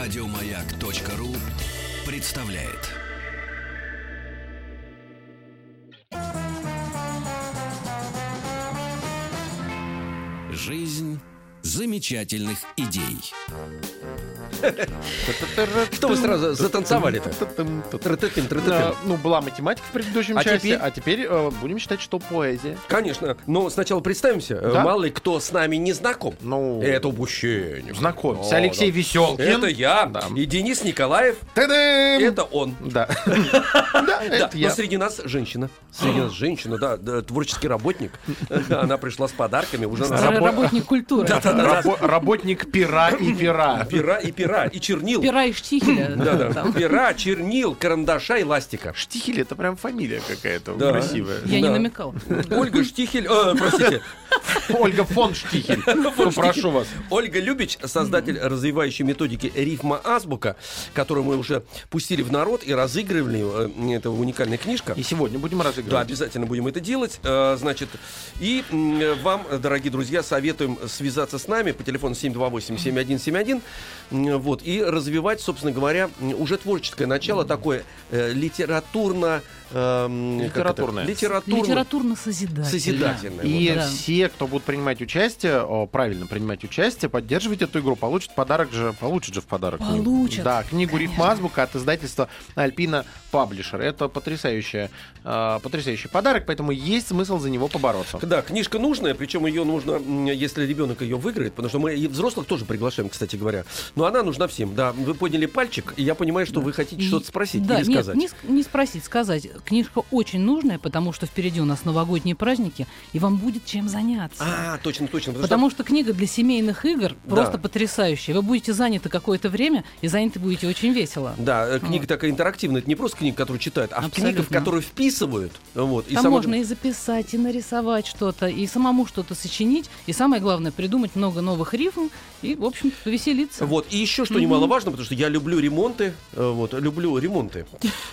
Радиомаяк.ру представляет. Жизнь замечательных идей. Что вы сразу затанцевали-то? Тры-ты-тым, Да, тры-ты-тым. ну, была математика в предыдущем А часе, теперь? а теперь э, будем считать, что поэзия. Конечно, но сначала представимся. Э, Да. Мало ли кто с нами не знаком. Ну, Это упущение. знакомься. Да, Алексей да. Веселкин. Это я. Да. И Денис Николаев. Та-дэм! Это он. Да. Да, Да, это но я. среди нас женщина. Среди нас женщина, да, да, творческий работник. Да, Она пришла с подарками уже на Ра- работу. Работник культуры. Рабо- Работник пера и пера. Пера и пера, и чернил. Пера и штихеля. Да, да. Там. Пера, чернил, карандаша и ластика. Штихель это прям фамилия какая-то Да. красивая. Я не Да. намекал. Ольга Штихель, э, простите, Ольга фон Штихель. Ну, прошу вас. Ольга Любич, создатель развивающей методики рифма азбука, которую мы уже пустили в народ и разыгрывали. э, Это уникальная книжка. И сегодня будем Да, разыгрывать. обязательно будем это делать. Э, Значит, и м, вам, дорогие друзья, советуем связаться с нами по телефону 728-7171. м, Вот, и развивать, собственно говоря, м, уже творческое начало, такое э, литературно... эм, как это? Литературное. Литературно. Литературно созидательно. Созидательное. И Да. все, кто будут принимать участие, о, правильно принимать участие, поддерживать эту игру, получат подарок же, получат же в подарок. книгу. Получат, Да, книгу конечно. «Рифма азбука» от издательства Альпина Паблишер. Это потрясающая, э, потрясающий подарок, поэтому есть смысл за него побороться. Да, книжка нужная, причем ее нужно, м, если ребенок ее выиграет, потому что мы и взрослых тоже приглашаем, кстати говоря. Но она нужна всем. Да, вы подняли пальчик, и я понимаю, что вы хотите И- что-то спросить да, или нет, сказать. Не, ск- не спросить, сказать. Книжка очень нужная, потому что впереди у нас новогодние праздники, и вам будет чем заняться. А, точно, точно. Потому, Потому что книга для семейных игр Да. просто потрясающая. Вы будете заняты какое-то время, и заняты будете очень весело. что, да, э, книга такая интерактивная. Это не просто книга, которую читают, а Абсолютно. книга, в которую вписывают. Вот, и Там само- можно и записать, и нарисовать что-то, и самому что-то сочинить, и самое главное, придумать много новых рифм, и, в общем-то, повеселиться. Вот, и еще что Мгм. немаловажно, потому что я люблю ремонты, э, вот, люблю ремонты,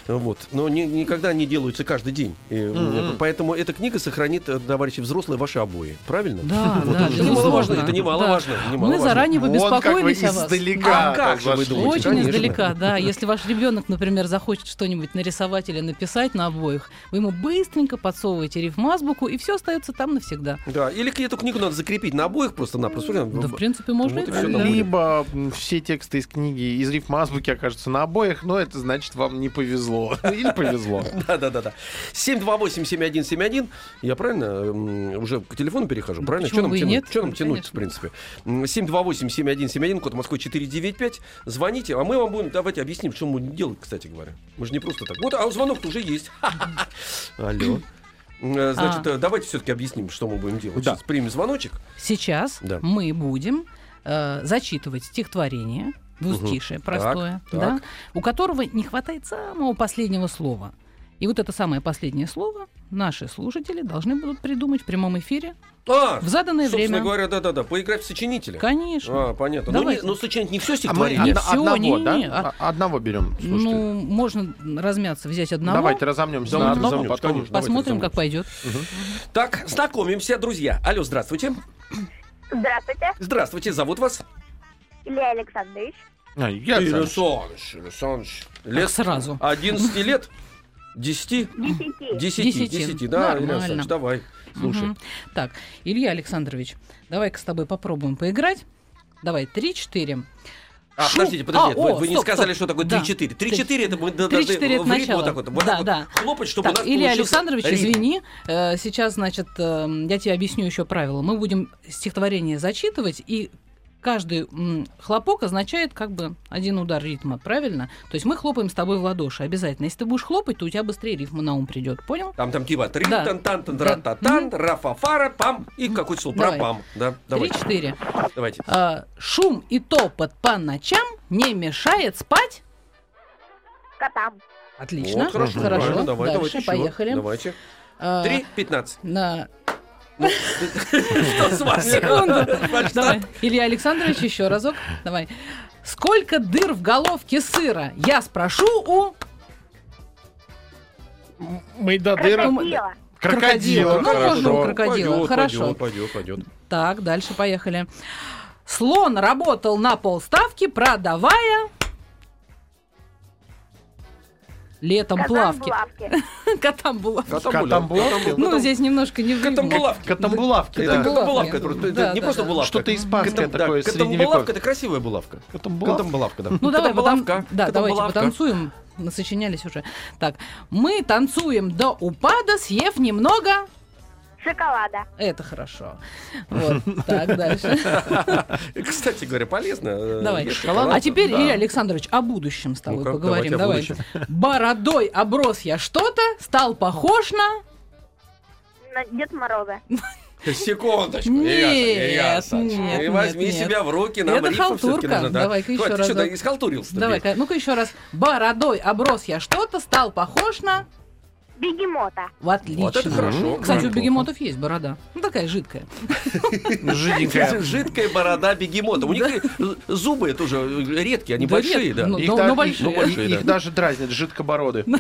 вот, но ни- никогда не делаются каждый день, И, э, М-м. Мгм. поэтому эта книга сохранит, э, товарищи взрослые, ваши обои, правильно? Да, Вот да, это безусловно. немаловажно, это немаловажно, Да. Мы немаловажно. заранее Вон как вы побеспокоились о вас. издалека А как так же вы зашли. думаете? Очень Конечно. издалека, да. Если ваш ребенок, например, захочет что-нибудь нарисовать или написать на обоих, вы ему быстренько подсовываете рифмазбуку, и все остается там навсегда. Да, или к- эту книгу надо закрепить на обоих просто-напросто. Смотри, Да, в принципе, можно Ну, Вот и и всё так, там да. будет. Либо м, все тексты из книги из рифмазбуки окажутся на обоих, но это значит, вам не повезло. Или повезло. Да-да-да. 728-7171. Я правильно эм, уже к телефону перехожу? Правильно? Ну, Почему Чё нам бы и тянуть? нет? Чё нам тянуть, в Конечно. принципе? М, 728-7171, код Москвы 495. Звоните, а мы вам будем, давайте объясним, что мы будем делать, кстати говоря. Мы же не просто так. Вот, а звонок-то уже есть. Ха-ха-ха. Алло. Э, Значит, А. э, давайте все-таки объясним, что мы будем делать. Да. Сейчас примем звоночек. Сейчас Да. мы будем э, зачитывать стихотворение, двустишее, простое, так, да, так. у которого не хватает самого последнего слова. И вот это самое последнее слово наши слушатели должны будут придумать в прямом эфире А, в заданное собственно время. говоря, да-да-да, поиграть в сочинителя. Конечно. А, понятно. Ну, Давайте. не- ну, сочинить не А все мы стихотворение. Не одно- всё, одного, не-не-не. да? А- Одного берем. Слушайте. ну, можно размяться, Ну, взять одного. Давайте разомнемся на Замнем, одного, замнем, потом конечно. давайте посмотрим, разомнёмся. как пойдет. Так, знакомимся, друзья. Алло, здравствуйте. Здравствуйте, Здравствуйте, зовут вас? Илья Александрович. А, я за- Александрович, Александрович. Так сразу. 11 лет? 10? Десяти. 10, Десяти. 10, да, Илья Нормально. Александрович, давай, слушай. Мгм. Так, Илья Александрович, давай-ка с тобой попробуем поиграть. Давай, 3-4. А, Шу- подождите, подождите, А, вы, о, вы не стоп, сказали, стоп. что такое Да. 3-4. 3-4 это мы должны 3-4 это в ритм начало. вот так вот, вот Да, так вот да. хлопать, чтобы у так, нас Илья получился Александрович, ритм. извини, э, сейчас, значит, э, я тебе объясню еще правила. Мы будем стихотворение зачитывать, и каждый м, хлопок означает как бы один удар ритма, правильно? То есть мы хлопаем с тобой в ладоши обязательно. Если ты будешь хлопать, то у тебя быстрее рифма на ум придет, понял? Там, там типа три Да. тан тан тан Да. тан тан Мгм. рафафара пам и какой-то слово про Давай. пам. Да, давайте, 3-4. давайте. А, шум и топот по ночам не мешает спать. Котам. Отлично. Вот, хорошо, правильно, давай, Дальше давайте еще. поехали. Давайте. А, 3-15. на- Что с вами? Секунду. Ваш Давай. Илья Александрович, еще разок. Давай. Сколько дыр в головке сыра? Я спрошу у Мейдадыра. Крокодила. Крокодила. крокодила. Ну, можно Хорошо. у крокодила. Хорошо. Пойдет, пойдет. Так, дальше поехали. Слон работал на полставки, продавая... летом Казан плавки. булавки. Котам было. Катамбулавки. Ну, здесь немножко не выгодно. Катамбулавки. Катамбулавки, Это да. Катамбулавки. катамбулавка. друг- это Да, Не да, просто да. булавка. Что-то испанское Катам- да, такое, Катамбулавка – средневековье. это красивая булавка. Катамбулавка. да. Ну, давай потан- Катамбулавка, Да, давайте катамбулавка. потанцуем. Насочинялись уже. Так, мы танцуем до упада, съев немного. Шоколада. Это хорошо. Вот, так, дальше. Э, Кстати говоря, полезно. э, Давай. есть А теперь, да. Илья Александрович, о будущем с тобой Ну-ка, поговорим. Давай. давайте о Бородой оброс я что-то, стал похож на... На Дед Мороза. Секундочку. Нет, Илья Александрович, нет, Ты нет, возьми нет. себя в руки, нам Это рифму всё-таки халтурка. нужно, да. Давай-ка ещё Хватит, раз, что да. ты исхалтурился Давай-ка, ну-ка еще раз. Бородой оброс я что-то, стал похож на... Бегемота. В Отлично. Вот это хорошо. Кстати, у Неплохо. бегемотов есть борода. Ну, такая жидкая. Жиденькая. Жидкая борода бегемота. У них э, зубы тоже э, редкие, они Да большие, нет, да. ну- Их Но- да- но их- большие. их- Но большие, Их да. даже дразнят жидкобороды. Ну,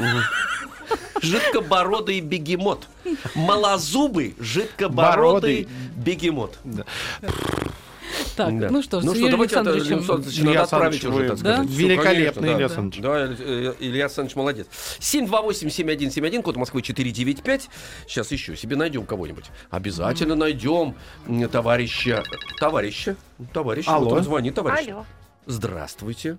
Жидкобородый бегемот. Малозубый, жидкобородый Бородый. бегемот. Так, Да. ну что ж, ну с что, Юрием давайте это Александру Александровичем. Александровичу Илья надо отправить Александрович, уже, вы так сказать. да? великолепный, Всё, Илья конечно, Александрович. Да, Да, э, Илья Александрович молодец. 728-7171, код Москвы 495. Сейчас еще себе найдем кого-нибудь. Обязательно найдем м, товарища. Товарища. Товарища. Алло. Вот он звонит, товарищ. Алло. Здравствуйте.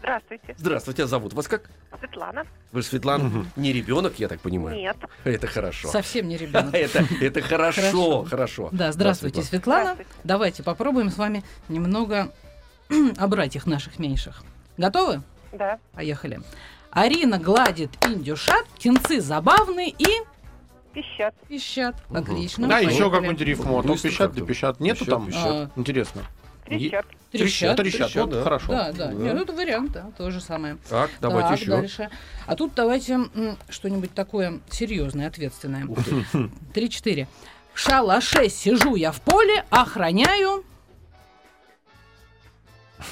Здравствуйте. Здравствуйте, а зовут вас как? Светлана. Вы же, Светлана, не ребенок, я так понимаю? Нет. Это хорошо. Совсем не ребенок. Это, это хорошо, Хорошо. хорошо. Да, здравствуйте, Светлана. Светлана. Здравствуйте. Давайте попробуем с вами немного о братьях наших меньших. Готовы? Да. Поехали. Арина гладит индюшат, птенцы забавные и Пищат. пищат. Мгм. Отлично. Да, поехали. еще какую-нибудь рифму. А то Быстро пищат, да как-то. пищат. Нету Пищат, там? пищат. А, Интересно. Трещат. Трещат. Трещат. трещат, Вот да. хорошо. Да, да. Да. Ну, Это вариант, да, то же самое. Так, давайте так, еще. дальше. А тут давайте м, что-нибудь такое серьезное, ответственное. Ух ты. Три-четыре. В шалаше сижу я в поле, охраняю...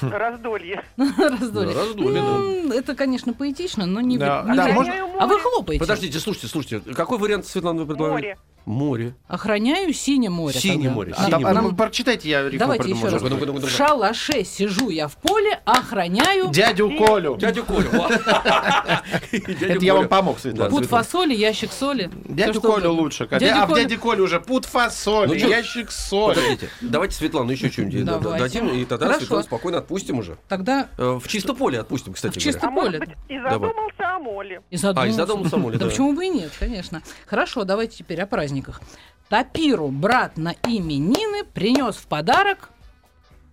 хм. Раздолье. Раздолье. Да, раздолье, Ну, Это, конечно, поэтично, но не... Да, не да, вариант. можно- А вы хлопаете. Подождите, слушайте, слушайте. Какой вариант, Светлана, А вы предлагали? Море. Охраняю синее море. Синее тогда. море, А, А там- синее нам- а ну, Прочитайте, я рифму Давайте придумал. еще раз. может быть. В шалаше сижу я в поле, охраняю... Дядю Колю. Дядю Колю. Это я вам помог, Светлана. Пут фасоли, ящик соли. Дядю всё, что Колю угодно. лучше. А Дядю в Колю- дяде Коле уже пут Ну фасоли, чё? ящик соли. Подождите, давайте Светлану еще что-нибудь да- да- Давайте. дадим, и тогда Хорошо. Светлану спокойно отпустим уже. Тогда Э, В чисто поле отпустим, кстати В чисто- говоря. А может Поле. быть, и Давай. задумался о моле. и задумался. А, и задумался о моле, Да да. почему бы и нет, конечно. Хорошо, давайте теперь о праздниках. Тапиру брат на именины принес в подарок...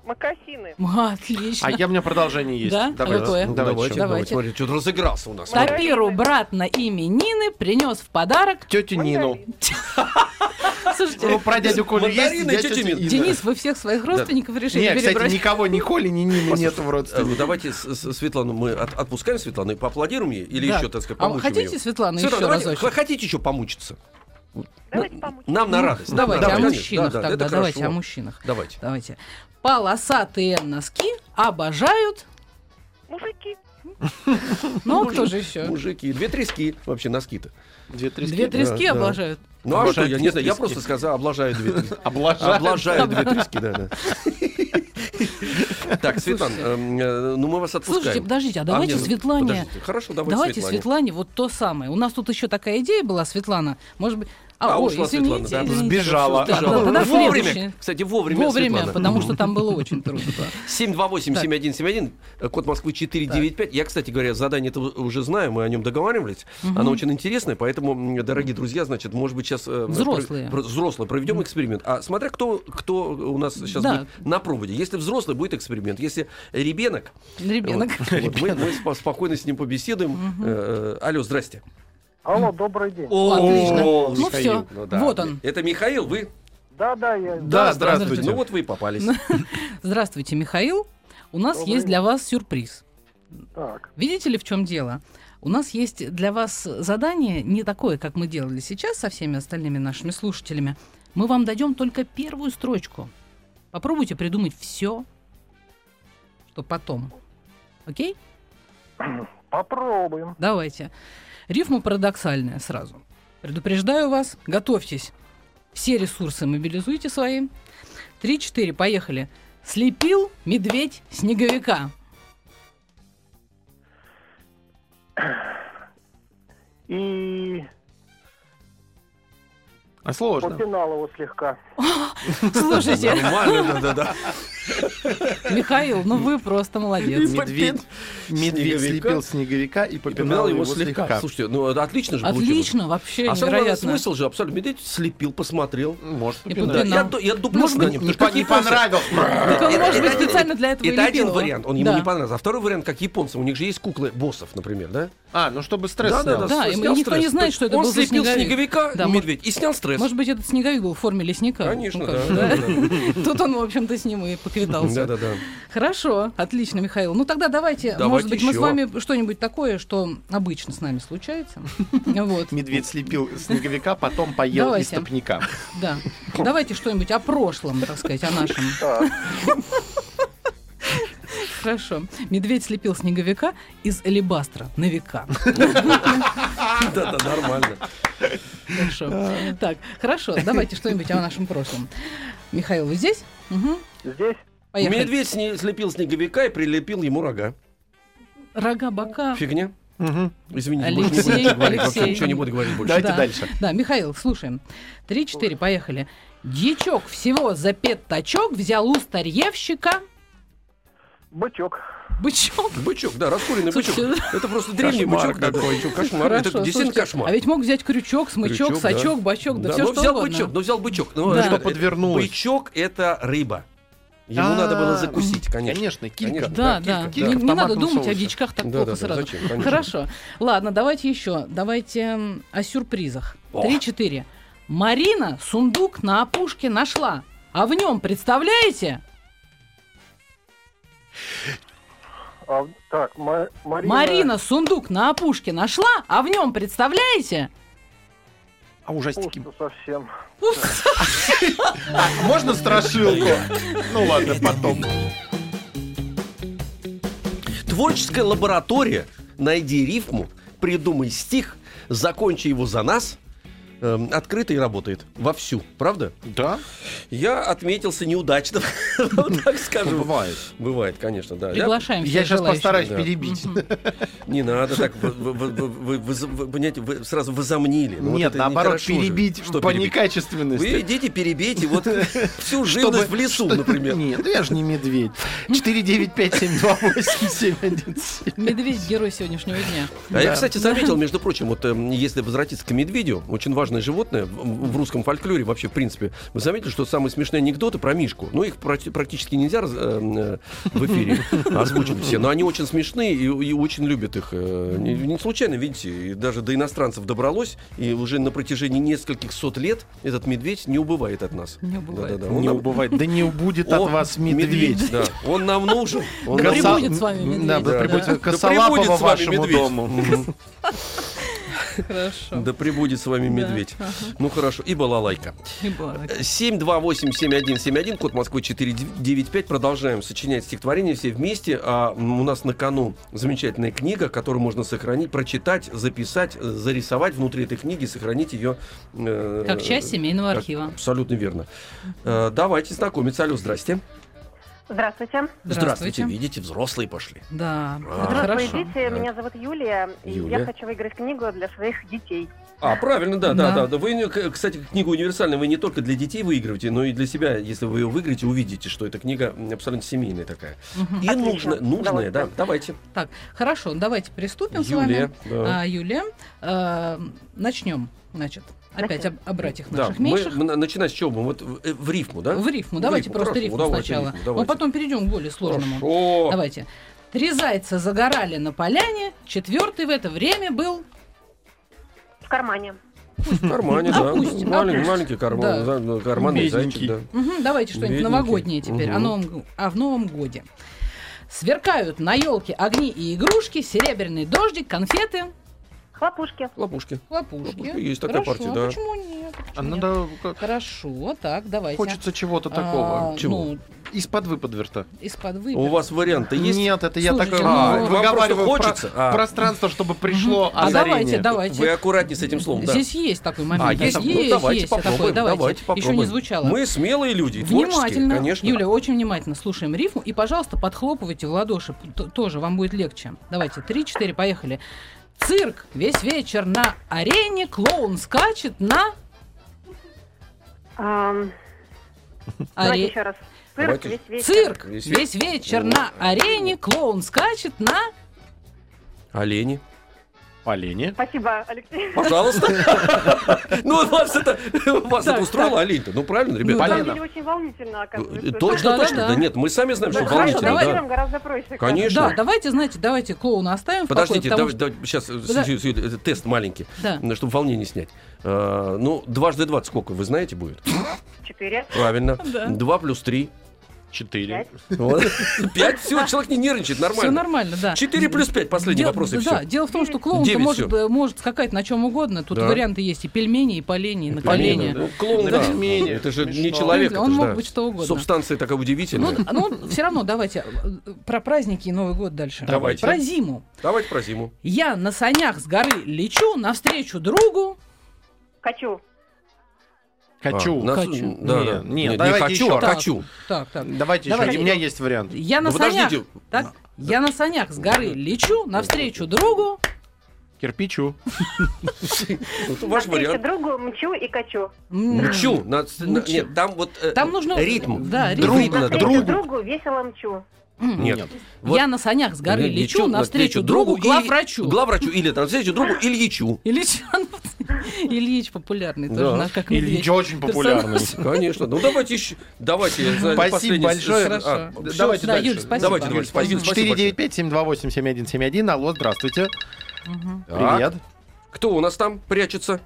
Макасины. М, Отлично. А я, у меня продолжение есть. Да? А Давайте. Какое? Ну, Давайте. Давайте, чё. давайте. Давайте. Смотри, что-то разыгрался у нас. Тапиру брат на именины принес в подарок... Тетю Нину. Мандарин. Ну, Слушайте, про дядю Колю есть. Мандарины и я тётя тётя Нина. Нина. Денис, вы всех своих родственников решили Нет, кстати, перебрать. никого, ни Коли, ни Нины нет в Э, родственниках. ну, Давайте с- с- Светлану мы от- отпускаем Светлану и поаплодируем ей, или Да. еще, так сказать, А вы помучим хотите, ее? Светлана, Светлана, еще давайте, разочек? Ну, х- хотите еще помучиться? Давайте На- помучим. Нам на радость. нам на Давайте о радость. Да, мужчинах да, тогда, это давайте а хорошо. о мужчинах. Давайте. Давайте. Полосатые носки обожают. Мужики. Ну, а кто же еще? Мужики, две трески вообще носки-то. Две трески. Две трески да, да. обожают. Ну а Обожают что, я две не знаю, я трески. просто сказал, облажаю две трески. Облажают. Облажаю две трески, да, да. Так, Светлан, Слушайте. эм, э, ну мы вас отпускаем. Слушайте, подождите, а А, давайте нет, Светлане... подождите. Хорошо, давайте, Давайте Светлане. Светлане вот то самое. У нас тут еще такая идея была, Светлана. Может быть... А, ой, ушла Светлана, извините, да. извините. Сбежала. Да, Жалко. да, тогда Вовремя, следующее. кстати, вовремя, Вовремя, Светлана. потому что там было очень трудно. 728-7171, э, код Москвы 495. Я, кстати говоря, задание это уже знаю, мы о нем договаривались. Оно очень интересное, поэтому, м, дорогие друзья, значит, может быть, сейчас... Взрослые. Взрослые. Проведем эксперимент. А смотря кто, кто у нас сейчас Да. будет на проводе. Если взрослый, будет эксперимент. Если ребенок... Ребенок. вот, вот, мы, мы спо- спокойно с ним побеседуем. Э, э, Алло, здрасте. Алло, добрый день. О, Отлично. О, Ну Михаил, все, Ну да. вот он. Это Михаил, вы? Да, да, я. Да, здравствуйте. Ну вот вы и попались. Здравствуйте, Михаил. У нас Добрый есть день. для вас сюрприз. Так, Видите ли, в чем дело? У нас есть для вас задание не такое, как мы делали сейчас со всеми остальными нашими слушателями. Мы вам дадем только первую строчку. Попробуйте придумать все, что потом. Окей? попробуем. Давайте. Рифма парадоксальная сразу. Предупреждаю вас, готовьтесь. Все ресурсы мобилизуйте свои. Три-четыре, поехали. Слепил медведь снеговика. И А сложно. попинал его слегка. Слушайте, Нормально, да, да, да. Михаил, ну вы просто молодец. Медведь, медведь Снеговика. слепил снеговика и попинал Попинал его слегка. Слушайте, ну это отлично же получилось. Отлично, вообще А самый главный невероятно. смысл же абсолютно. Медведь слепил, посмотрел. Может, И попинал. Да. попинал. Я, ду- я дубнул Может на быть, нем, Не, по- потому что ну, не японцы- понравился. Так он, Ну, может быть, специально для этого и Это один лепил его. вариант, он ему Да. не понравился. А второй вариант, как японцы, у них же есть куклы боссов, например, да? А, ну чтобы стресс снялся. Да, и снял никто не стресс. знает, То есть что это Он был за слепил снеговик. снеговика, Да, медведь, и снял стресс. Может быть, этот снеговик был в форме лесника. Конечно, Ну, как да, же, да, Тут он, в общем-то, с ним и поквитался. Да-да-да. Хорошо, отлично, Михаил. Ну тогда давайте, Давайте может быть, мы с еще. вами что-нибудь такое, что обычно с нами случается. Вот, Медведь слепил снеговика, потом поел Давайте. из топника. да. Давайте что-нибудь о прошлом, так сказать, о нашем. Так. Хорошо. Медведь слепил снеговика из алебастра на века. Да-да, нормально. Хорошо. Так, хорошо, давайте что-нибудь о нашем прошлом. Михаил, вы здесь? Мгм. Здесь Поехали. Медведь сне- слепил снеговика и прилепил ему рога. Рога, бока. Фигня. Мгм. Извините, А. больше не буду Алексей, ничего говорить. вообще Алексей. Ничего не буду говорить больше. Давайте Да. дальше. Да, Михаил, слушаем. Три-четыре, поехали. Дьячок всего за пятачок взял у старьевщика бычок. бычок. Бычок, да, раскуренный бычок. Слушайте, Это просто древний бычок такой. Кошмар. ну Это Хорошо, десерт слушайте, кошмар. А ведь мог взять крючок, смычок, Крючок, да. сачок, бачок, да, Да, все но что взял угодно. бычок, но взял бычок. Ну, Да. ребята, Что подвернулось. Бычок это рыба. Ему А, надо было закусить, конечно. Конечно, килька. Конечно. Да, Да, да. килька, Не, да, не в надо томатном думать о соусе. дичках так Да, плохо да, да, сразу. зачем, конечно. Хорошо. Ладно, давайте еще. Давайте м, о сюрпризах. О. Три-четыре. Марина сундук на опушке нашла. А в нем, представляете? А, так, Ма- Марина. Марина сундук на опушке нашла, а в нем, представляете? А ужастики. Пусто совсем. Можно страшилку? Ну ладно, потом. Творческая лаборатория. Найди рифму, придумай стих, закончи его за нас. Эм, Открыто и работает вовсю, правда? Да? Я отметился неудачно, вот так скажу. Ну, Бывает. Бывает, конечно, да. Я- Приглашаем всех Я сейчас желающих. постараюсь Да. перебить. Не надо так, вы- вы- вы- вы- вы- вы- понимаете, вы сразу возомнили. Ну, вот Нет, это наоборот, нехорошо же. перебить Что по перебить? Вы некачественности. идите перебейте вот всю живность в лесу, например. Нет, ну я же не медведь. 495-728-717. Медведь герой сегодняшнего дня. А я, кстати, заметил, между прочим, вот эм, если возвратиться к медведю, очень важное животное в в русском фольклоре вообще, в принципе, вы заметили, что самые смешные анекдоты про Мишку, ну, их практи- практически нельзя раз- эм, э, в эфире озвучить все, но они очень смешные и, и очень любят их. э, Не, не случайно, видите, и даже до иностранцев добралось, и уже на протяжении нескольких сот лет этот медведь не убывает от нас. Не убывает. Да-да-да. Он Не нам- убывает. Да не убудет Ну, О, от вас медведь. да. Он нам нужен. Он Да нам прибудет нужен. будет с вами медведь, Да, да. да прибудет Да косолапого прибудет с вами вашему медведь. дому. Хорошо. Да прибудет с вами медведь. ага. Ну хорошо, и балалайка. И бывает. 728-7171, код Москвы 495. Продолжаем сочинять стихотворение все вместе. А м, у нас на кону замечательная книга, которую можно сохранить, прочитать, записать, э, зарисовать внутри этой книги, сохранить ее... э, Как часть семейного как- архива. Абсолютно верно. Э, Давайте знакомиться. Алло, здрасте. Здравствуйте. Здравствуйте. Видите, взрослые пошли. Да, А. это Здравствуйте, хорошо. дети. Меня зовут Юлия. и Юлия. Я хочу выиграть книгу для своих детей. А, правильно, да, да, Да. да. да. Вы, э, к- кстати, книгу универсальную вы не только для детей выигрываете, но и для себя, если вы ее выиграете, увидите, что эта книга м, абсолютно семейная такая. Мгм. И Отлично. нужная, нужная, Давайте. да. Давайте. Так, хорошо, давайте приступим с Юлия, вами. да. А, Юлия, э, начнем, значит, опять об- о братьях Да, наших мы, меньших. мы на- начинать с чего? будем? Вот в, э, в рифму, да? В рифму, В давайте рифму, просто хорошо, рифму давайте сначала. рифму, Но давайте. потом перейдем к более сложному. Хорошо. Давайте. Три зайца загорали на поляне, четвертый в это время был... В кармане. В кармане, да. Опустим, Маленький, опустим. маленький карман, Да. да, ну, карманный Бедненький. зайчик, да. Мгм, давайте что-нибудь Бедненький. новогоднее теперь, о Мгм. новом, г- а в Новом годе. Сверкают на елке огни и игрушки, серебряный дождик, конфеты, Хлопушки. Лапушки. хлопушки. Лапушки, Ну, есть такая Хорошо, партия, да. почему нет? Почему А нет? надо как- Хорошо, так, давайте. Хочется чего-то А, такого. Чего? Ну, Из-под выпадверта. из-под У выбора. вас варианты есть? Нет, это я Слушайте, такое ну, а, вам просто выговариваю про- хочется? А. пространство, чтобы пришло А давайте, озарение. давайте. Вы аккуратнее с этим словом, да. Здесь есть такой момент. А, есть? Ну, есть, давайте есть попробуем, такое. Давайте. давайте попробуем. Еще не звучало. Мы смелые люди, и творческие, Внимательно, конечно. Юля, очень внимательно слушаем рифму и, пожалуйста, подхлопывайте в ладоши, т- тоже вам будет легче. Давайте, три-четыре, поехали. Цирк весь вечер на арене, клоун скачет на Эм, Давайте арене. еще раз. Цирк А Давайте. весь вечер. Цирк Весь весь, ве- вечер на арене, клоун скачет на... Олени. Олени. Спасибо, Алексей. Пожалуйста. Ну, вас это, вас Так, это устроило, олень-то? Ну, правильно, Ну, ребят? А На самом Полина. деле очень волнительно, а оказывается. Точно, Да-да-да. точно. Да нет, мы сами знаем, что Да, Хорошо, волнительно. давай. давайте да. нам гораздо проще. Конечно. Да, давайте, знаете, давайте клоуна оставим в покое, Подождите, потому давай, что- давай, сейчас э, Да. Сью- Сью, э, тест маленький, Да. чтобы волнение снять. Э, ну, дважды два сколько, вы знаете, будет? Четыре. Правильно. Да. Два плюс три. Четыре. Пять. Вот. Пять, все, человек не нервничает, Все нормально. нормально, да. Четыре плюс пять, последний Дел- вопрос, и да, все. дело в том, что клоун Девять может, всё. э, может скакать на чем угодно. Тут Да. варианты есть и пельмени, и полени, и на колени. Ну, клоун, На да. пельмени. Это же не Смешно. человек. Он это ж, мог да. быть что угодно. Субстанция такая удивительная. Ну, д- ну, все равно давайте э, про праздники и Новый год дальше. Давайте. Про зиму. Давайте про зиму. Я на санях с горы лечу навстречу другу. Хочу. Хочу. А, на- Хочу. Да, Не, да. не, Нет, не давайте хочу, еще. а Так, хочу. Так, так. Давайте, Давайте. еще. У меня есть вариант. Я на Ну, санях. подождите. Так, я на санях с горы лечу навстречу другу. Кирпичу. Вот Ваш Навстречу вариант. другу мчу и качу. М, Мчу. на- на- Мчу. Нет, там вот э, Там нужно- ритм. да, ритм. Друг надо, Навстречу другу. другу весело мчу. м. Нет. Вот. э, Я на санях с горы лечу навстречу другу, и- главврачу. Главврачу или навстречу другу Ильичу. Ильич, Ильич популярный тоже, Да. на- как медведь. Ильич очень популярный. Конечно. Ну давайте еще. Давайте. я за Спасибо последний с- большое. с- а, Хорошо. д- всё, давайте Да, дальше. Юль, спасибо. Давайте, давайте. Спасибо. спасибо 495-728-7171. Алло, здравствуйте. Мгм. большое. Привет. Так, А Кто у нас там прячется?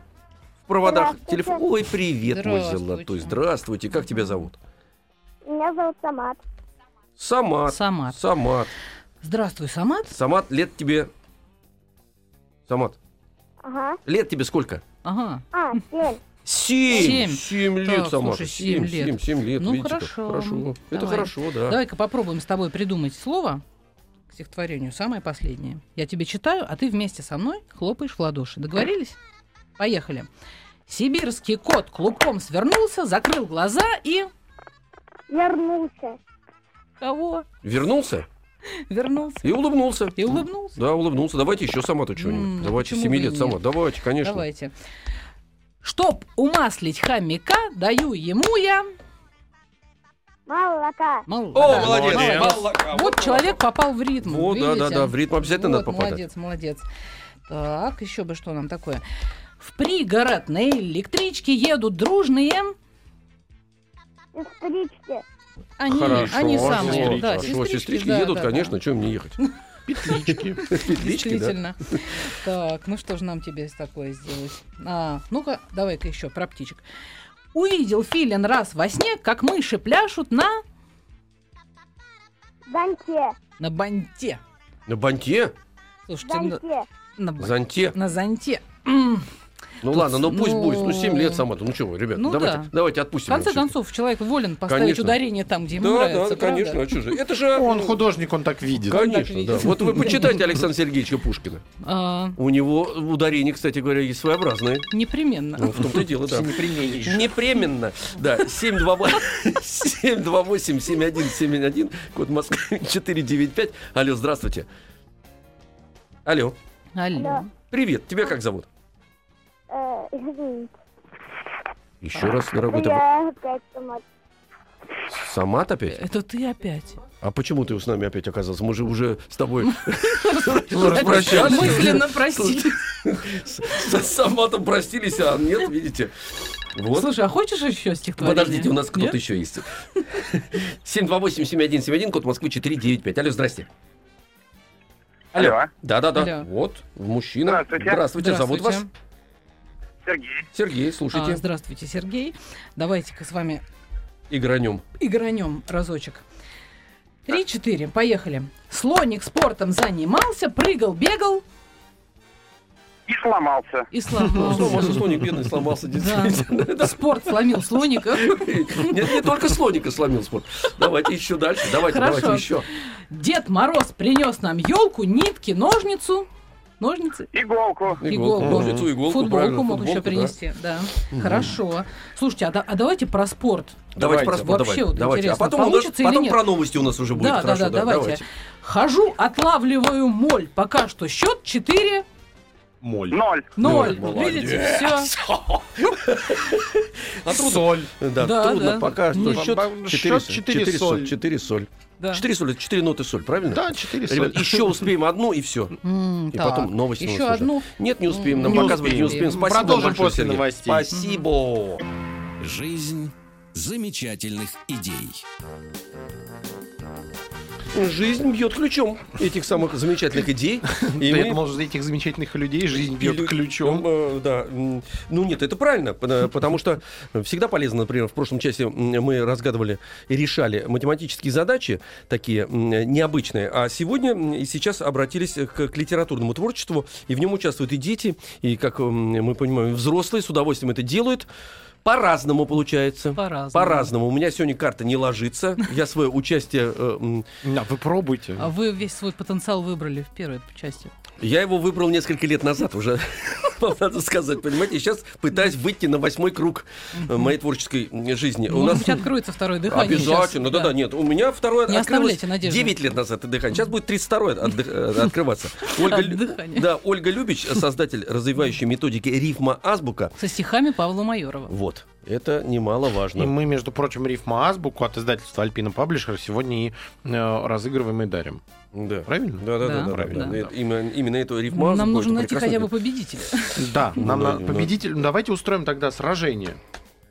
В проводах Здравствуйте. телефон. Ой, привет, мой Здравствуйте. золотой. Здравствуйте. Как тебя зовут? Меня зовут Самат. Самат. Самат. Самат. Здравствуй, Самат. Самат, лет тебе... Самат, Ага. лет тебе сколько? Ага. А, семь. Семь. Семь. Семь лет, Так, Самат. слушай, семь лет. Семь, семь лет. Ну, видите как. хорошо. Хорошо. Это Давай. хорошо, да. Давай-ка попробуем с тобой придумать слово к стихотворению, самое последнее. Я тебе читаю, а ты вместе со мной хлопаешь в ладоши. Договорились? Поехали. Сибирский кот клубком свернулся, закрыл глаза и... Вернулся. Кого? Вернулся Вернулся. и улыбнулся. И улыбнулся. Да, улыбнулся. Давайте еще Самату М, что-нибудь. ну Давайте, почему семи бы и лет нет? Самат. Давайте, конечно. Давайте. Чтоб умаслить хомяка, даю ему я... Молока. Молодец. О, молодец. Молодец. Молодец. Вот человек попал в ритм. Вот, да, да, видите? да, в ритм обязательно Вот, надо попадать. Молодец, молодец. Так, еще бы что нам такое. В пригород на электричке едут дружные. Сестрички. Они, Хорошо, они вот самые. сестрички. Да, Хорошо, сестрички, да, едут, да, да. конечно, чем мне ехать? Петлички. Петлички, да. Действительно. Так, ну что же нам тебе такое сделать? А, ну-ка, давай-ка еще про птичек. Увидел филин раз во сне, как мыши пляшут на... Банте. На банте. На банте? Слушайте, на, Банте. на бан- Занте? на зонте. М. Ну Тут, ладно, ну пусть ну, будет. Ну, 7 лет Самату. Ну что вы, ребят, ну давайте, да. давайте В отпустим. его конце всё-таки. концов, человек волен поставить Конечно. ударение там, где ему Да, нравится. да, правда? конечно, а что же? Это же... Он ну, художник, он так видит. Конечно, да. видит. Вот вы почитайте Александра Сергеевича Пушкина. А, У него ударения, кстати говоря, есть своеобразные. непременно. Ну, в том-то и дело, да. Неприменишь. Непременно. Да, 728-7171, код Москвы 495. Алло, здравствуйте. Алло, Алло. привет, тебя как зовут? Э, извините. Еще раз на работу. Я опять Самат. Самат опять? Это ты опять. А почему ты с нами опять оказался? Мы же уже с тобой Это Мысленно Ну, распрощались. прости. С Саматом простились, а нет, видите. Вот. Слушай, а хочешь еще стихотворение? Подождите, у нас кто-то Нет? еще есть. 728-7171, код Москвы 495. Алло, здрасте. Алло. Да-да-да. Алло. Вот, мужчина. Здравствуйте. Здравствуйте. Зовут а вас? Здравствуйте. Сергей. Сергей, А, слушайте. Здравствуйте, Сергей. Давайте-ка с вами Игранем. игранем разочек. Три-четыре, поехали. Слоник спортом занимался, прыгал, бегал И сломался. и Сломался сломался. слоник, бедный, сломался. А, Да. действительно. Спорт сломил слоника. Нет, не только слоника сломил спорт. Давайте еще дальше. Давайте, Хорошо. давайте еще. Дед Мороз принес нам елку, нитки, ножницу. Ножницы? Иголку. Иголку. Ножницу, иголку, правильно, Футболку мог футболку, еще да. принести, да. Хорошо. Слушайте, а, да- а давайте про спорт. Давайте, Давайте. про спорт, Вообще давайте. вот давайте. А интересно, потом, у нас- получится или потом нет? про новости у нас уже будет. да, Хорошо, да, да, давайте. Хожу, отлавливаю моль. Пока что счет 4. Моль. Ноль. Ноль. Ноль, Видите, все. А трудно. Соль. Да, Да, трудно да. пока что. Ну, Счет бам- 4, счет четыре соль. 4 соль. Да. 4 соль, это 4 ноты соль, правильно? Да, 4 Ребят, еще успеем одну и все. М, И так, потом новости у нас Еще уже. одну. Нет, не успеем. Нам Не показывать не успеем. успеем. Спасибо вам Продолжим большое, после Сергей. новостей. Спасибо. Жизнь замечательных идей. Жизнь бьет ключом этих самых замечательных идей. Да И я мы- думал, что за этих замечательных людей жизнь Или- бьет ключом. Э, Да. М, Ну нет, это правильно, пона- потому что всегда полезно, например, в прошлом часе м, мы разгадывали и решали математические задачи, такие м, необычные, а сегодня м, и сейчас обратились к, к литературному творчеству, и в нем участвуют и дети, и, как м, мы понимаем, взрослые с удовольствием это делают. По-разному получается. По-разному. По-разному. У меня сегодня карта не ложится. Я свое участие... э, м, Да, вы пробуйте. А вы весь свой потенциал выбрали в первой части. Я его выбрал несколько лет назад уже. Вам надо сказать, понимаете, сейчас пытаюсь выйти на восьмой круг э, моей творческой м, жизни. У Ну, Может нас быть, откроется второе дыхание. сейчас. обязательно, да-да, нет. У меня второе Не открылось оставляйте надежды. 9 лет назад дыхание. Сейчас будет 32-е отдых- э, открываться. Ольга, От Лю- дыхания. да, Ольга Любич, создатель развивающей методики рифма азбука. Со стихами Павла Майорова. Вот, это немаловажно. И мы, между прочим, рифма азбуку от издательства Альпина Паблишер сегодня и э, разыграем и дарим. Да. Правильно? Да, да, да, Да. да, Правильно, да. да. Именно, именно эту рифму азбуку, Нам нужно это найти прекрасно. хотя бы победителя. Да, нам Ну, надо ну. победитель. Ну, Давайте устроим тогда сражение.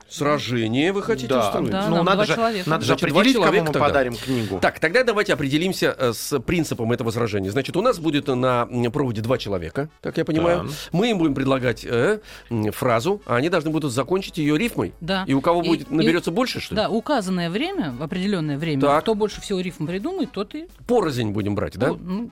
Сражение вы хотите да. устроить? Да, ну, нам надо два же, человека. надо же Значит, два определить, кому человека мы тогда. подарим книгу. Так, тогда давайте определимся э, с принципом этого сражения. Значит, у нас будет на м, проводе два человека, как я понимаю. Да. Мы им будем предлагать э, м, фразу, а они должны будут закончить ее рифмой. Да. И у кого И- будет и- наберется больше, что ли? Да, указанное время, в определенное время, Так. кто больше всего рифм придумает, тот и... Порознь будем брать, да? Ну, ну,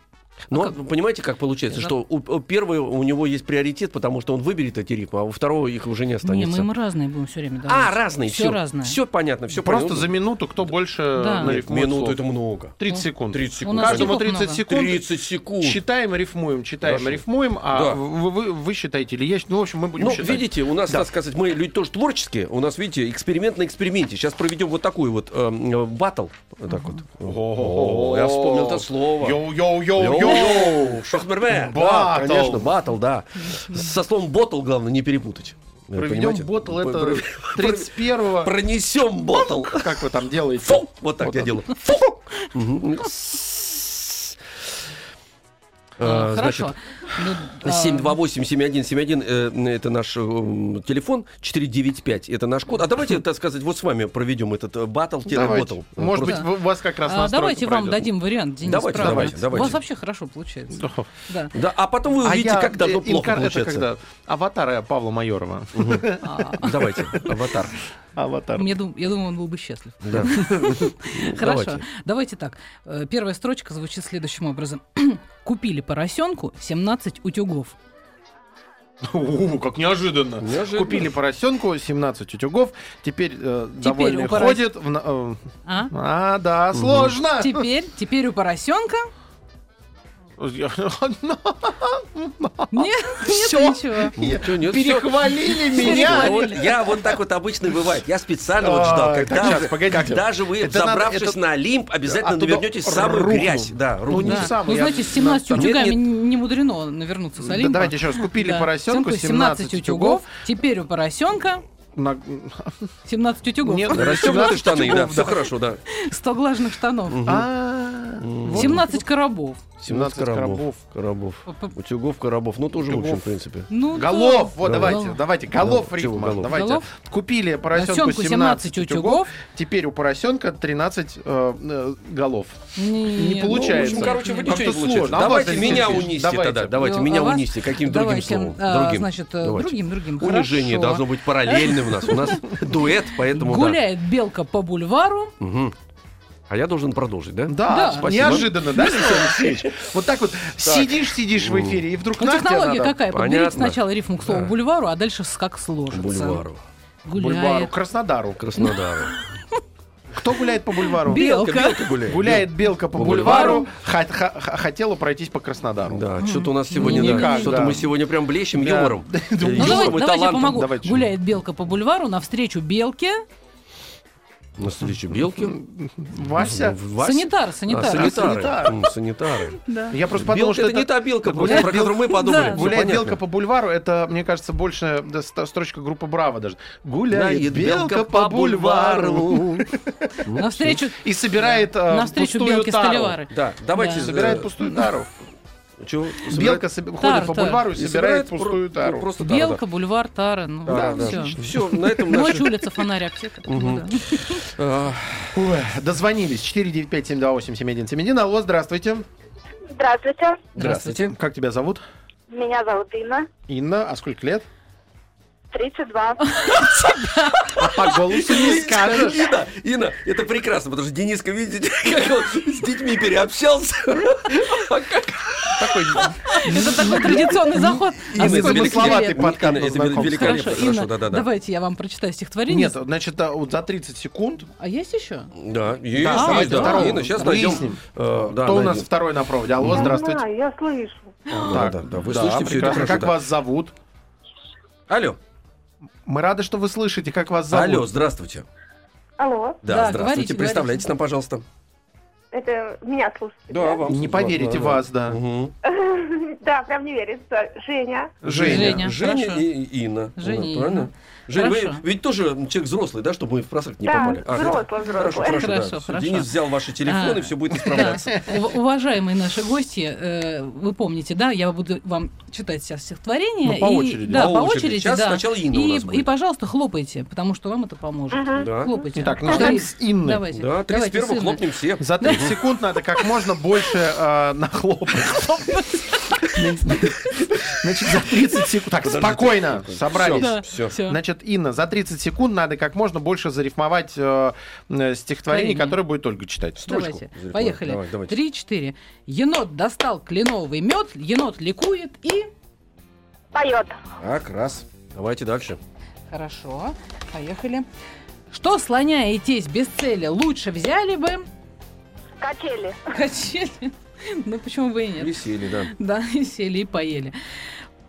Но а как? понимаете, как получается, Да. что у, у первого у него есть приоритет, потому что он выберет эти рифмы, а у второго их уже не не, останется. мы им разные будем все время давать. А, разные, Всё все. разное. Все понятно, все Просто понятно. за минуту кто больше Да. на Нет, минуту это много. 30 секунд. 30 У секунд. нас Каждому стихов 30 много. секунд. 30 секунд. Читаем, рифмуем, читаем, Хорошо. рифмуем, а Да. вы, вы- вы считаете или я считаю. Ну, в общем, мы будем Ну, считать. видите, у нас, Да. так сказать, мы люди тоже творческие. У нас, видите, эксперимент на эксперименте. Сейчас проведем вот такую вот эм, э, батл. Вот так вот. О, О, я вспомнил это слово. Йоу-йоу-йоу-йоу! Шахмерме. Да, Батл. конечно, батл, да. Со словом ботл, главное, не перепутать. Э, Проведем понимаете? ботл Пр- это пр- 31-го. Пронесем ботл. Как вы там делаете? Фу! Вот так я делаю. Фу! Мгм. А, Э, значит, Хорошо. Ну, а, 728-7171 э, это наш э, м, телефон, 495 это наш код. А давайте, так сказать, вот с вами проведем этот э, батл, Давайте. тире-ботл. Может Просто- быть, вы- у вас как раз а, настройка Давайте вам пройдет. дадим вариант, Денис, Давайте, правильно. давайте, давайте. У вас вообще хорошо получается. Да. Да. Да, а потом вы увидите, я, как давно э, плохо инкар- это получается. когда аватара Павла Майорова. А, Давайте, аватар. Аватар. мне дум- я думаю, он был бы счастлив. Да. Хорошо. Давайте. Давайте. так. Э, Первая строчка звучит следующим образом. Купили поросенку 17 утюгов. У, как неожиданно. Неожиданно. Купили поросенку, 17 утюгов. Теперь э, довольный у порос- ходит. в на- э, А? А, да, сложно. Теперь, теперь у поросенка ну, нет, Всё. нет ничего. Ничего, Ну, нет, всё. Перехвалили Я меня. вот- Я вот так вот обычно и бывает. Я специально вот ждал, А, так, когда щас, же- погодите. когда же вы, Это надо- забравшись это- на Олимп, обязательно Оттуда навернетесь в самую рухну. грязь. Да, Ну, рухну. не Да. сам, ну, я- знаете, с 17 на- утюгами Нет, не мудрено навернуться с Да, Олимпа. давайте еще раз. Купили Да. поросенку, 17 утюгов. Теперь у поросенка На- 17 утюгов. Нет, Расстегнуты 17 штаны, да, утюгов, все хорошо, да. 100 глажных штанов. А, Ну, вот. 17 коробов. 17 коробов. коробов. Коробов. П- п- Утюгов, коробов. Ну, тоже, в общем, в Утюгов. принципе. Ну, да. Голов, вот Голов. давайте, давайте, голов Голов. Чего рифма, голов? давайте. Голов? Купили поросенку Поросенку 17 утюгов, утюгов. теперь у поросенка 13 э, э, голов. Не, Не ну, получается. нет, короче, вы нет. Как-то ничего не сложно. получаете. А Давайте вот меня здесь. унести тогда. Давайте. Давайте Ну, меня а вас- унести каким-то другим давайте, словом. а, Другим. Значит, э, Давайте. другим, другим. Унижение Хорошо. должно быть параллельным у нас. У нас дуэт, поэтому да. Гуляет белка по бульвару. Мгм. А я должен продолжить, да? Да. Да, Спасибо. неожиданно, да, Алексей Алексеевич? Вот так вот сидишь, сидишь в эфире, и вдруг Ну, на тебе технология надо какая? Подберите Понятно. сначала рифму к слову Да. бульвару, а дальше с- как сложится. Бульвару. Бульвару, Гуляет. Краснодару. Краснодару. Кто гуляет по бульвару? Белка. гуляет. Гуляет белка по По бульвару, хо- хо- хо- хотела пройтись по Краснодару. Да, что-то у нас сегодня, да, Никак, что-то да. мы сегодня прям блещем Да. юмором. Да, Э, ну, Ну, давайте, Юмором и давайте я талантом. помогу. давайте. Гуляет белка по бульвару, навстречу белке навстречу белки. Вася? В- Вася. Санитар, А, санитар. санитары. Санитар. М, санитары. Да. Я просто Белка подумал, это, что не та белка, про гуляет которую мы подумали. Да. Всё Гуляет понятно. белка по бульвару, это, мне кажется, больше да, ст- строчка группы Браво даже. Гуляет Гуляет белка, по бульвару. Навстречу, И собирает э, навстречу пустую белки тару. Столивары. Да, давайте... Да. Собирает пустую тару. Белка соби- ходит Тар, по тар. бульвару и собирает пустую тару. Просто тару, да. Белка, бульвар, тара. Ну, Да, да. все. Все, на этом Ночь, наши... улица, фонарь, аптека. Мгм. Ну, да. а, Ой, дозвонились. 495-728-7171. Алло, здравствуйте. Здравствуйте. Здравствуйте. Как тебя зовут? Меня зовут Инна. Инна. А сколько лет? 32. А по голосу не скажешь. Инна, Инна, это прекрасно, потому что Дениска, видите, как он с детьми переобщался. А А Такой Это такой Ну, традиционный заход. Инна, А сколько великолепно. тебе замысловатый лет? подкаст Инна, это знакомства. великолепно, Хорошо, хорошо, Инна, да-да-да. давайте я вам прочитаю стихотворение. Нет, значит, а, вот за 30 секунд, А есть еще? Да, есть, Да, есть, давайте да. второго. Инна, сейчас Выясним. найдем. э, да, кто у нас найдем. второй на проводе? Алло, Я здравствуйте. знаю, я слышу. Да, да, да, вы слышите все это прекрасно. хорошо. Как да. вас зовут? Алло, Мы рады, что вы слышите, как вас зовут. алло, здравствуйте. Алло, Да, Да, здравствуйте, говорите, представляйтесь нам, пожалуйста. это меня слушаете? Не поверите Да, да. вас, да. Мгм. Да, прям не верится. Женя, Женя. Женя. Женя хорошо. и и Инна. Женя и Да, правильно? Инна. Жень, вы Хорошо. ведь тоже человек взрослый, да, чтобы мы в просак не Да, попали? взрослый, это- взрослый. Хорошо, хорошо, да. Хорошо, Всё, хорошо. Денис взял ваши телефоны, А. все будет Да. исправляться. У- Уважаемые наши гости, э, вы помните, да, я буду вам читать сейчас стихотворение. Ну, по и- очереди. Да, По по, очереди. очереди, Сейчас да. сначала Инна у и, нас будет. и, пожалуйста, хлопайте, потому что вам это поможет. Да. Хлопайте. Ну, Итак, начинаем с Инны. Давайте. А? Да, Давайте, 31 сына. хлопнем все. За 30 секунд надо как можно больше э, нахлопать. Значит, за 30 секунд... Так, спокойно, собрались. Да, Всё. всё. Значит, Инна, за 30 секунд надо как можно больше зарифмовать э, э, стихотворение, Творение. которое будет Ольга читать. Строчку Давайте, зарифмовать. Давай, поехали. давайте. Три, четыре. Енот достал кленовый мед, енот ликует и... Поет. Так, раз. Давайте дальше. Хорошо, поехали. Что слоняетесь без цели, лучше взяли бы... Качели. Качели. Ну почему бы и нет? Веселье, да. Да, и сели и поели.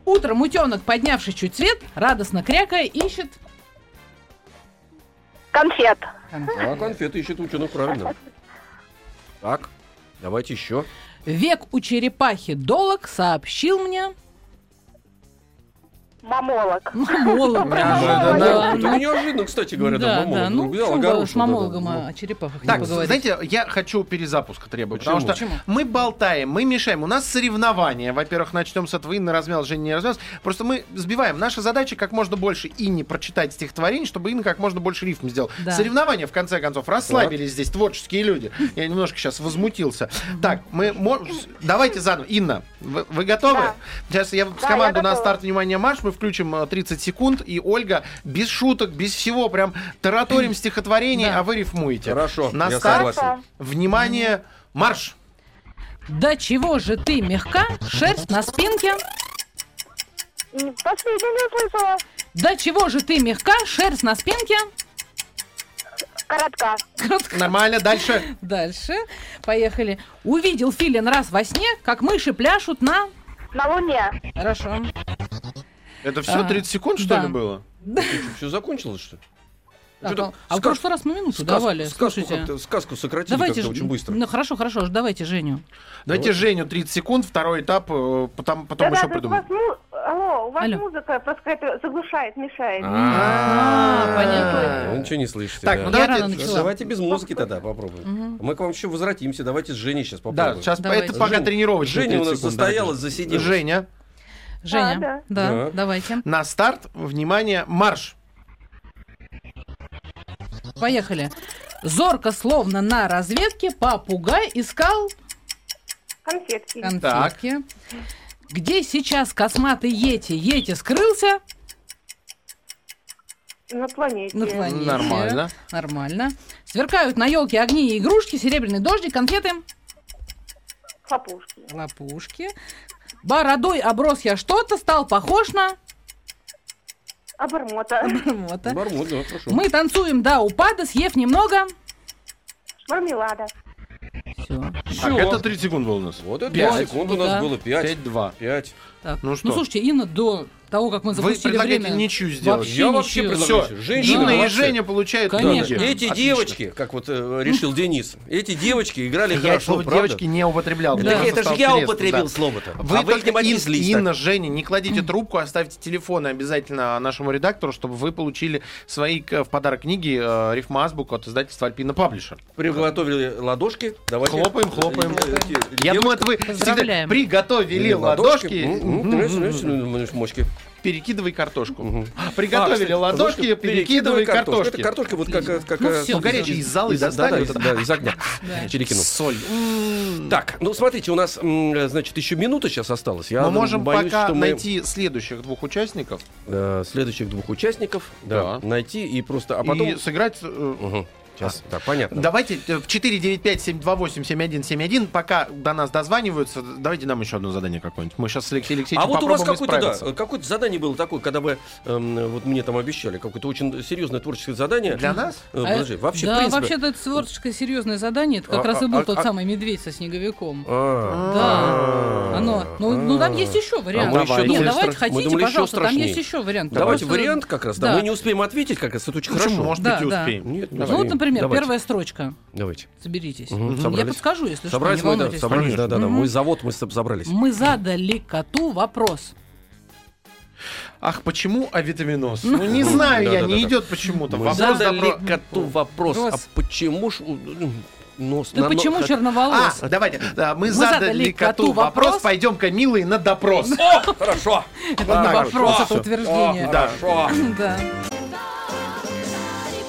Утром утенок, поднявший чуть свет, радостно крякая, ищет... Конфет. А конфеты ищет ученых, правильно. Так, давайте еще. Век у черепахи долог сообщил мне... Мамолог. Мамолог. Неожиданно. Да, Ну, Это ну, неожиданно, кстати говоря, да, Да, мамолог. да, ну взял почему бы огородную, с да, да. мамологом Ну, о- о черепахах не Так, поговорить? знаете, я хочу перезапуск требовать. Почему? Потому что Почему? мы болтаем, мы мешаем. У нас соревнования. Во-первых, начнем с этого. Инна размялась, Женя не размялась. Просто мы сбиваем. Наша задача как можно больше Инне прочитать стихотворение, чтобы Инна как можно больше рифм сделал. Да. Соревнования, в конце концов. Расслабились здесь творческие люди. Я немножко сейчас возмутился. Так, мы мо- давайте заново. Инна, вы, вы готовы? Да. Сейчас я с Да, команду я на готова. старт внимания марш. Мы включим э, 30 секунд. И Ольга без шуток, без всего, прям тараторим стихотворение, Да. а вы рифмуете. Хорошо, На я старт. согласен. Внимание, марш! Да чего же ты мягка, шерсть на спинке? М, Последнее не слышала. Да чего же ты мягка, шерсть на спинке? Коротка. Нормально, дальше. Дальше. Поехали. Увидел филин раз во сне, как мыши пляшут на... На луне. Хорошо. Это все А, 30 секунд, что да. ли, было? Все закончилось, что ли? Так, Что-то а а в сказ- прошлый раз мы минуту сказку- давали. сказку, Слушайте. как-то- э, сказку сократили Давайте как-то ж- очень быстро. Ну хорошо, хорошо, ж давайте Женю. Давайте Женю 30 секунд, второй этап, э, потом, потом Да-да, еще тут у придумаем. вас му- Алло, у вас Алло. музыка просто какая-то заглушает, мешает. А, понятно. Вы Э, ничего не слышите. Так, да. ну Я давайте- рано начала. Давайте без музыки тогда попробуем. Мгм. Мы к вам еще возвратимся. Давайте с Женей сейчас попробуем. Да, сейчас Давайте. это пока Жень- тренировочные Женя у 30 нас секунд, состоялась, давайте. засиделась. Женя, Женя, А, да, Да. давайте. на старт, внимание, марш! Поехали. Зорко, словно на разведке, попугай искал Конфетки. конфетки. Где сейчас косматый Йети? Йети скрылся На планете. на планете. Нормально. Нормально. Сверкают на елке огни и игрушки, серебряный дождик, конфеты, Хлопушки. лопушки. Бородой оброс я что-то, стал похож на... Обормота. Вот, а. Бармот, да, хорошо. Мы танцуем до упада, съев немного. Мармелада. Все. Так, Всё. это 30 секунд было у нас. Вот это Пять. секунд у нас Да. было. Пять. 5-2. Пять. Так. Ну Ну, что? слушайте, Инна до того, как мы Вы запустили предлагаете время... ничью сделать. Вообще Я вообще ничью. предлагаю Все, ничью. Женщины Инна и молодцы. Женя получают Конечно. деньги. Эти Отлично. девочки, как вот э, решил Денис, эти девочки играли Я хорошо, слово правда? девочки не употреблял. Да, мне просто это же стало я интересно, употребил да. слово-то. Вы а вы к только ним Ин- отнеслись так. Инна, Женя, не кладите трубку, оставьте телефоны обязательно нашему редактору, чтобы вы получили свои к- в подарок книги э, «Рифмоазбук» от издательства «Альпина Паблишер». Приготовили ладошки. Давайте. Хлопаем, хлопаем. Я думаю, это вы всегда Поздравляем. приготовили ладошки, М, м, Мгм. знаешь, знаешь, ну, знаешь, мочки. перекидывай картошку. Мгм. А, Приготовили кстати, ладошки, перекидывай Это картошки. картошка вот как... как- Ну, как- всё, из- горячие из зала и достали, да, вот из- это. да, из огня. Да. Перекинул. Соль. Так, ну смотрите, у нас, м, значит, еще минута сейчас осталась. Я Мы можем боюсь, пока что мы найти следующих двух участников э, следующих двух участников да, Да. найти и просто... А потом... и сыграть э, Мгм. Сейчас, так, понятно. Давайте э, в 495-728-7171, пока до нас дозваниваются, давайте нам еще одно задание какое-нибудь. Мы сейчас с Алексеем Алексеевичем А вот у вас попробуем какое-то, да, исправиться. какое-то задание было такое, когда вы, эм, вот мне там обещали, какое-то очень серьезное творческое задание. Для нас? Э, подожди, вообще, в да, принципе- вообще-то это творческое серьезное задание. Это А- как раз и а- был а- тот а- самый медведь со снеговиком. А. Да. А. Оно. Ну, ну, там есть еще вариант. мы Нет, еще думали, давайте, стра- мы хотите, думали, еще пожалуйста, там страшнее. есть еще вариант. Давайте Просто- вариант как раз, да. да. Мы не успеем ответить как раз, это очень Почему? хорошо. Может Да, быть, и да. успеем. Нет, не Ну, вот, успеем. например, Давайте, первая строчка. Давайте. Соберитесь. Мгм, Я собрались. подскажу, если Собрались что, не мы, да, волнуйтесь. собрались, да, да, да. Мгм. Мой завод, мы с- собрались. Мы задали коту вопрос. Ах, почему авитаминоз? Ну, не знаю я, Да-да-да-да. не идет почему-то. Мы Вопрос задали добро- коту вопрос, а Вопрос. почему ж у- ну, нос... Ты на нос- почему хот- А, черноволос? давайте, да, мы, задали коту вопрос, пойдем-ка, милый, на допрос. О, хорошо. Это не так, А, вопрос, хорошо. это утверждение. Да. Хорошо. Да.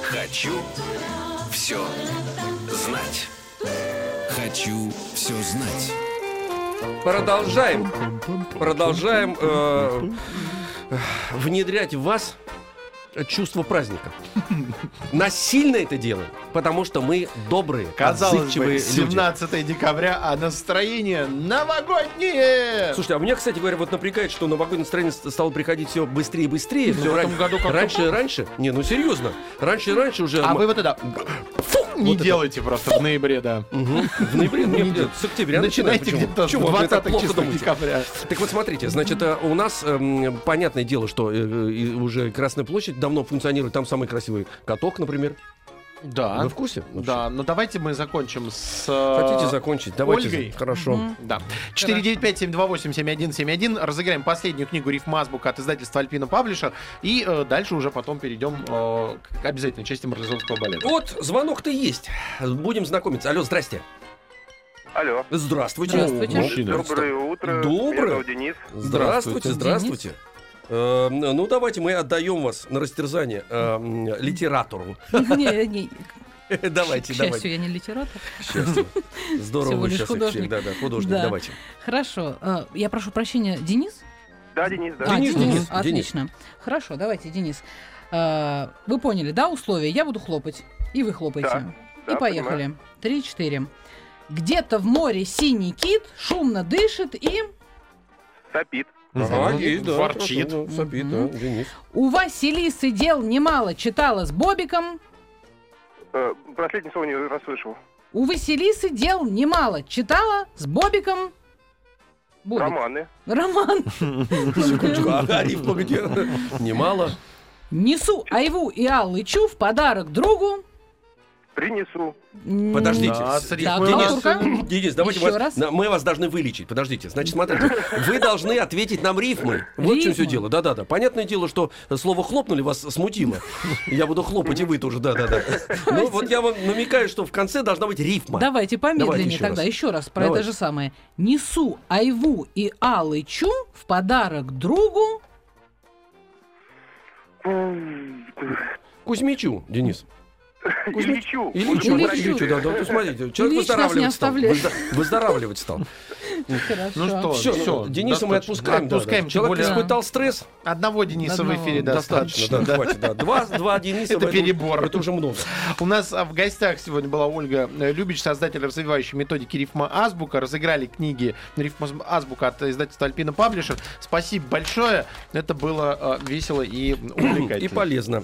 Хочу все знать. Хочу все знать. Продолжаем. Продолжаем э, внедрять в вас чувство праздника. Насильно это делаем, потому что мы добрые, Казалось бы, отзывчивые люди. 17 декабря, а настроение новогоднее! Слушайте, а меня, кстати говоря, вот напрягает, что новогоднее настроение ст- стало приходить все быстрее и быстрее. всё в этом ран- году как-то- раньше и раньше. Не, ну серьезно. Раньше и раньше уже... а м- вы вот это... не это. делайте просто в ноябре, да. Мгм. В ноябре, не, нет, с октября Начинайте начинаем. Почему? где-то с Чего вы так 20 плохо числа думаете? декабря. Так вот, смотрите, значит, э, у нас, эм, понятное дело, что э, э, уже Красная площадь давно функционирует, там самый красивый каток, например. Да. Вы в курсе? вообще? А? Да, но давайте мы закончим с... Хотите закончить? Давайте. Ольгой. за- Хорошо. Да. 495-728-7171. Разыграем последнюю книгу рифмазбука от издательства Альпина Паблишер. И э, дальше уже потом перейдем э, к обязательной части марлезонского балета. Вот, звонок-то есть. Будем знакомиться. Алло, здрасте. Алло. Здравствуйте. Здравствуйте. Мужчина. Доброе утро. Доброе. Меня зовут Денис. Здравствуйте, здравствуйте. Э, ну, давайте мы отдаем вас на растерзание э, м, литератору. Не, не, Давайте, К давайте. счастью, я не литератор. К счастью. Здорово, Всего вы лишь сейчас их художник. всех- Да, да, художник, Да. давайте. Хорошо. э, Я прошу прощения, Денис? Да, Денис, да. А, Денис, Денис, Отлично. Хорошо, давайте, Денис. Э, Вы поняли, да, условия? Я буду хлопать, и вы хлопаете. и Да, да, поехали. Три, четыре. Где-то в море синий кит шумно дышит и... Сопит. Ага, Мгм. есть, да, Ворчит. хорошо, да, сопит, да, Денис. У Василисы дел немало, читала с Бобиком. Э, Последнее слово не расслышал. У Василисы дел немало, читала с Бобиком. Бобик. Романы. Роман. Секундочку, ага, рифма где? Немало. Несу Айву и Алычу в подарок другу. Принесу. М, Подождите. Да, с Так, рифмой у нас- Мазурка. Денис, давайте Еще вас- раз. на- мы вас должны вылечить. Подождите. Значит, смотрите, вы должны ответить нам рифмы. Вот в чем все Рифмы? дело. Да-да-да. Понятное дело, что слово хлопнули вас смутило. Я буду хлопать, и вы тоже, да-да-да. Ну, вот я вам намекаю, что в конце должна быть рифма. Давайте помедленнее Давайте еще тогда, раз. еще раз про Давайте. это же самое. Несу Айву и Алычу в подарок другу. Кузьмичу, Денис. Ильичу. Ильичу, Ильичу. Ильичу, да, да. Вот смотрите, человек Ильич нас не выздоравливать стал. оставляет. Выздор- Выздоравливать стал. Хорошо. Ну что, Все, все. Дениса мы отпускаем. да, да. Отпускаем, тем Человек более- испытал стресс. Одного Дениса в Одного. эфире Достаточно, достаточно. да, хватит, да. Два, два Дениса. Это в перебор. Это уже много. У нас а, в гостях сегодня была Ольга э, Любич, создатель развивающей методики рифма азбука. Разыграли книги рифма азбука от издательства Альпина Паблишер. Спасибо большое. Это было э, весело и И увлекательно. полезно.